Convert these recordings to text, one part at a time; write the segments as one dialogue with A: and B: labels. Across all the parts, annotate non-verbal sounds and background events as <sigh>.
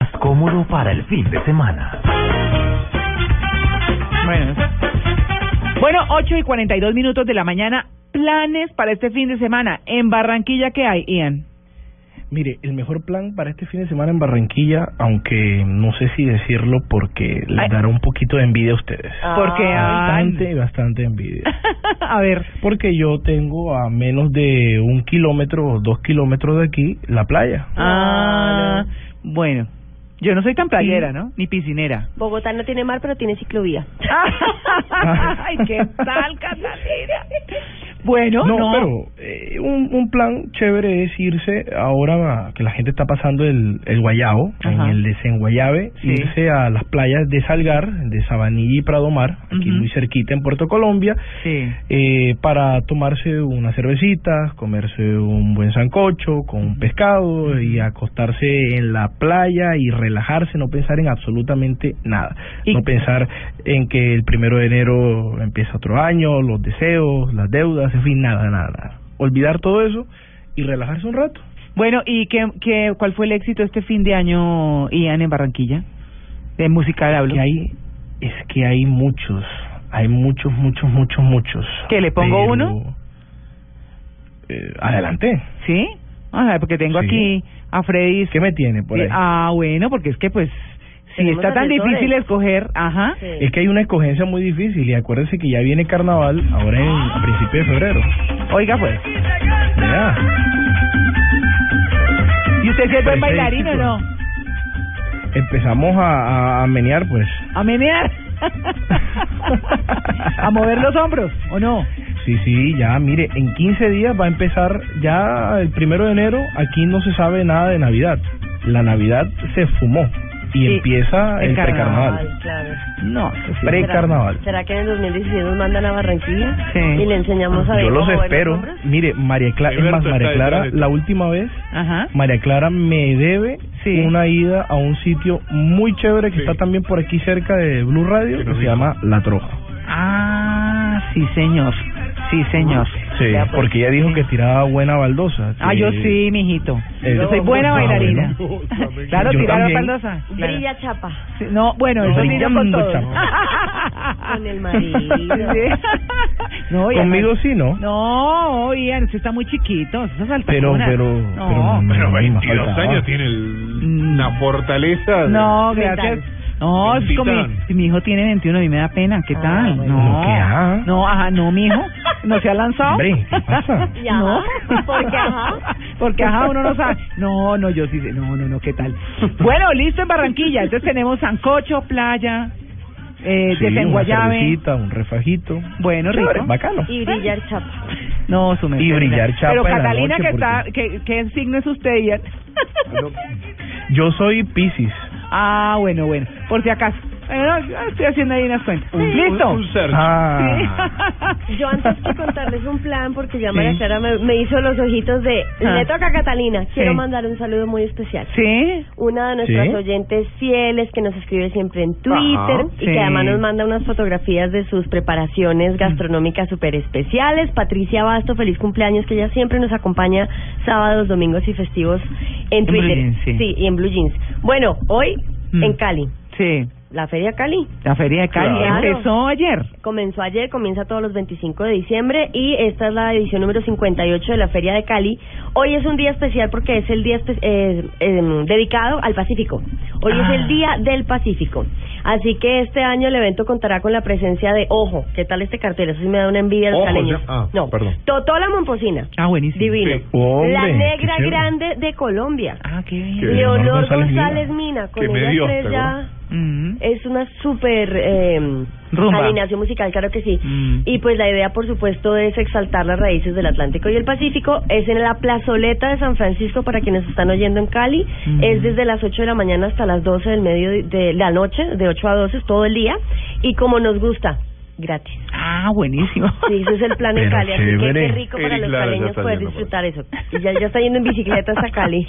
A: Más cómodo para el fin de semana.
B: Bueno,
C: Bueno, 8 y 42 minutos de la mañana. Planes para este fin de semana. En Barranquilla, ¿qué hay, Ian? <laughs>
D: Mire, el mejor plan para este fin de semana en Barranquilla, aunque no sé si decirlo porque les
C: Ay.
D: dará un poquito de envidia a ustedes.
C: Porque
D: Bastante,
C: <laughs>
D: bastante envidia.
C: a ver,
D: Porque yo tengo a menos de un kilómetro o dos kilómetros de aquí la playa.
C: ah, bueno, yo no soy tan playera, ¿no? Ni
B: <laughs>
C: piscinera.
B: Bogotá no tiene mar, pero tiene ciclovía.
C: Ay, qué <laughs> tal, Catalina. Bueno, no,
D: No, pero eh, un, un plan chévere es irse ahora a- que la gente está pasando el, el guayabo,
C: Ajá.
D: en el desenguayabe,
C: Sí.
D: irse a las playas de Salgar, de Sabanilla y Prado Mar, aquí
C: Ujú.
D: muy cerquita en Puerto Colombia,
C: sí.
D: eh, para tomarse unas cervecitas, comerse un buen sancocho con un pescado y acostarse en la playa y relajarse, no pensar en absolutamente nada.
C: Y-
D: No pensar en que el primero de enero empieza otro año, los deseos, las deudas, en fin, nada, nada, nada. Olvidar todo eso y relajarse un rato.
C: Bueno, ¿y qué, qué, cuál fue el éxito este fin de año, Ian, en Barranquilla? De musical hablo.
D: Que hay, es que hay muchos, hay muchos, muchos, muchos, muchos.
C: ¿Que le pongo uno?
D: Eh, adelante.
C: ¿Sí? Ah, porque tengo
D: Sí.
C: aquí a Freddy
D: ¿Qué me tiene por ahí?
C: Eh, Ah, bueno, porque es que pues si
B: Tenemos
C: está tan
B: asesores.
C: difícil escoger, ajá.
D: Es que hay una escogencia muy difícil y acuérdense que ya viene carnaval ahora en, a principios de febrero.
C: Oiga pues,
D: Ya.
C: ¿y usted sí es buen
D: Pues, sí,
C: bailarín o
D: chicos.
C: no?
D: Empezamos a, a, a menear pues.
C: A
D: <laughs>
C: menear. a mover los hombros o no?
D: Sí, sí, ya, mire, en 15 días va a empezar ya el primero de enero, aquí no se sabe nada de Navidad. La Navidad se fumó y
C: Sí,
D: empieza
C: el
D: el,
C: carnaval.
D: precarnaval.
B: claro.
C: No,
B: pues,
D: Precarnaval.
B: ¿Será que en el 2016 nos mandan a Barranquilla?
C: Sí.
B: Y le enseñamos a ver
D: Yo los
B: cómo ver
D: espero.
B: hombros?
D: Mire, María Clara, es
E: Alberto
D: más, María
E: está
D: Clara,
E: detrás de
D: la
E: ti.
D: última vez
C: Ajá.
D: María Clara me debe
C: Sí.
D: una ida a un sitio muy chévere que
E: Sí.
D: está también por aquí cerca de Blue Radio,
E: Pero
D: que se
E: rico.
D: llama La Troja.
C: Ah, sí, señor. Sí, señor.
D: Sí,
B: Ya, pues.
D: porque ella dijo que tiraba buena baldosa.
C: Ah, yo sí, mijito.
D: Eh,
C: Yo soy
D: no,
C: buena
D: no,
C: bailarina.
E: bueno.
C: <laughs> Claro,
D: Yo
C: tirar a
D: también.
C: baldosa. claro.
B: Brilla chapa.
C: Sí, No, bueno, eso sí, yo con
D: Brillando,
C: todo. <laughs>
B: Con el
D: <laughs>
B: marido.
C: Sí. No, y
D: Conmigo
C: además-
D: sí, ¿no?
C: No, Ian, usted está muy chiquito, eso es
D: Pero,
C: altura.
D: pero,
C: no,
E: Bueno,
D: me
E: 22
D: Mm, faltaba.
E: años tiene el, la fortaleza. de-
C: no, gracias. No, es como mi,
E: Titán.
C: si mi hijo tiene 21 y me da pena, ¿qué
B: Ah,
C: tal?
B: bueno.
C: No,
D: ¿Qué, ah?
C: no, ajá, no, mi hijo, no se ha lanzado.
D: Hombre, ¿qué pasa?
B: <laughs> ¿Y ajá?
C: No,
B: ¿Por qué ajá?
C: <laughs> porque ajá, uno no sabe. No, no, yo sí, sé. no, no, no, ¿qué tal? Bueno, listo en Barranquilla, entonces tenemos sancocho, playa, eh,
D: Sí, una
C: desenguayabe.
D: cervecita, un refajito.
C: Bueno, rico.
D: Chévere, bacano.
B: Y brillar chapa.
C: No, su merced.
D: Y brillar chapa
C: Pero
D: en la
C: Catalina,
D: noche,
C: que está,
D: porque-
C: que, ¿qué signo es usted, Ian?
D: Yo soy Piscis.
C: Ah, bueno, bueno. Por si acaso. Bueno, estoy haciendo ahí unas cuentas.
E: Un-
C: ¿Listo?
E: Un, un search.
D: Ah,
C: Sí.
B: Yo antes que contarles un plan, porque ya
C: Sí.
B: María Clara me, me hizo los ojitos de...
C: Ah.
B: Le toca a Catalina. Quiero
C: Sí.
B: mandar un saludo muy especial.
C: ¿Sí?
B: Una de nuestras
D: ¿Sí?
B: oyentes fieles que nos escribe siempre en Twitter
E: Ajá.
B: y
C: Sí. Mm.
B: que además nos manda unas fotografías de sus preparaciones gastronómicas súper especiales. Patricia Basto, feliz cumpleaños, que ella siempre nos acompaña sábados, domingos y festivos en
C: En Blue
B: Twitter.
C: Jeans, sí.
B: y en Blue Jeans. Bueno, hoy
C: Mm.
B: en Cali,
C: Sí.
B: la Feria Cali.
C: La feria de Cali
B: Claro.
C: empezó ayer.
B: Comenzó ayer, comienza todos los 25 de diciembre y esta es la edición número 58 de la Feria de Cali. Hoy es un día especial porque es el día espe- eh, eh, dedicado al Pacífico. Hoy
C: Ah.
B: es el Día del Pacífico. Así que este año el evento contará con la presencia de, ojo, ¿qué tal este cartel? Eso sí me da una envidia a los
E: Ojo,
B: caleños.
E: ya- ah,
B: no,
E: perdón.
B: Totola Momposina.
C: Ah, buenísimo.
B: Divino.
E: Sí.
D: Hombre,
B: la
D: qué
B: Negra
D: chévere.
B: Grande de Colombia.
C: Ah, qué bien.
E: Qué bien.
B: Leonor
D: Leonor
B: González,
D: González
B: Mina. Con
E: Qué
B: ellas
E: mediocre,
B: tres ya-
C: Mm.
B: es una súper eh,
C: Rumba.
B: alineación musical, claro que sí.
C: Mm.
B: Y pues la idea, por supuesto, es exaltar las raíces del Atlántico y el Pacífico. Es en la plazoleta de San Francisco, para quienes están oyendo en Cali.
C: Mm.
B: Es desde las 8 de la mañana hasta las 12 del medio de la noche, de 8 a 12, es todo el día. Y como nos gusta, gratis.
C: Ah, buenísimo.
B: Sí, ese es el plan en
D: Pero
B: Cali. Así que qué
D: chévere.
B: rico para
E: Eric
B: los
E: Lara ya
B: caleños
E: está
B: poder
E: yendo por
B: disfrutar eso. Y ya, ya está yendo en bicicleta hasta Cali.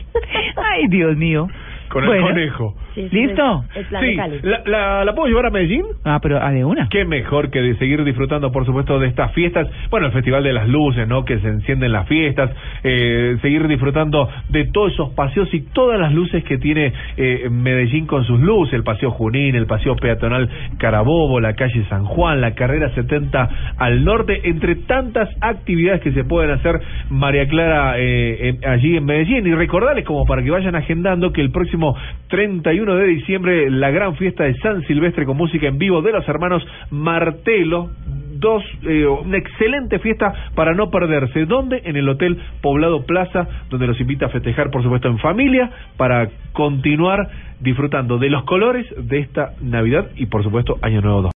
C: Ay, Dios mío.
E: Con el
C: Bueno.
E: conejo.
B: Sí, sí,
C: ¿Listo?
B: El plan de
E: Sí,
B: Cali.
E: la, la, ¿la puedo llevar a Medellín?
C: Ah, pero a de una.
E: Qué mejor que de seguir disfrutando, por supuesto, de estas fiestas. Bueno, el Festival de las Luces, ¿no? Que se encienden las fiestas. eh, seguir disfrutando de todos esos paseos y todas las luces que tiene eh, Medellín con sus luces. El Paseo Junín, el Paseo Peatonal Carabobo, la calle San Juan, la carrera 70 al norte. Entre tantas actividades que se pueden hacer, María Clara, eh, en- allí en Medellín. Y recordarles, como para que vayan agendando, que el próximo 31 de diciembre, la gran fiesta de San Silvestre con música en vivo de los hermanos Martelo. Dos, eh, una excelente fiesta para no perderse. ¿Dónde? En el Hotel Poblado Plaza, donde los invita a festejar, por supuesto, en familia, para continuar disfrutando de los colores de esta Navidad y, por supuesto, Año Nuevo 2.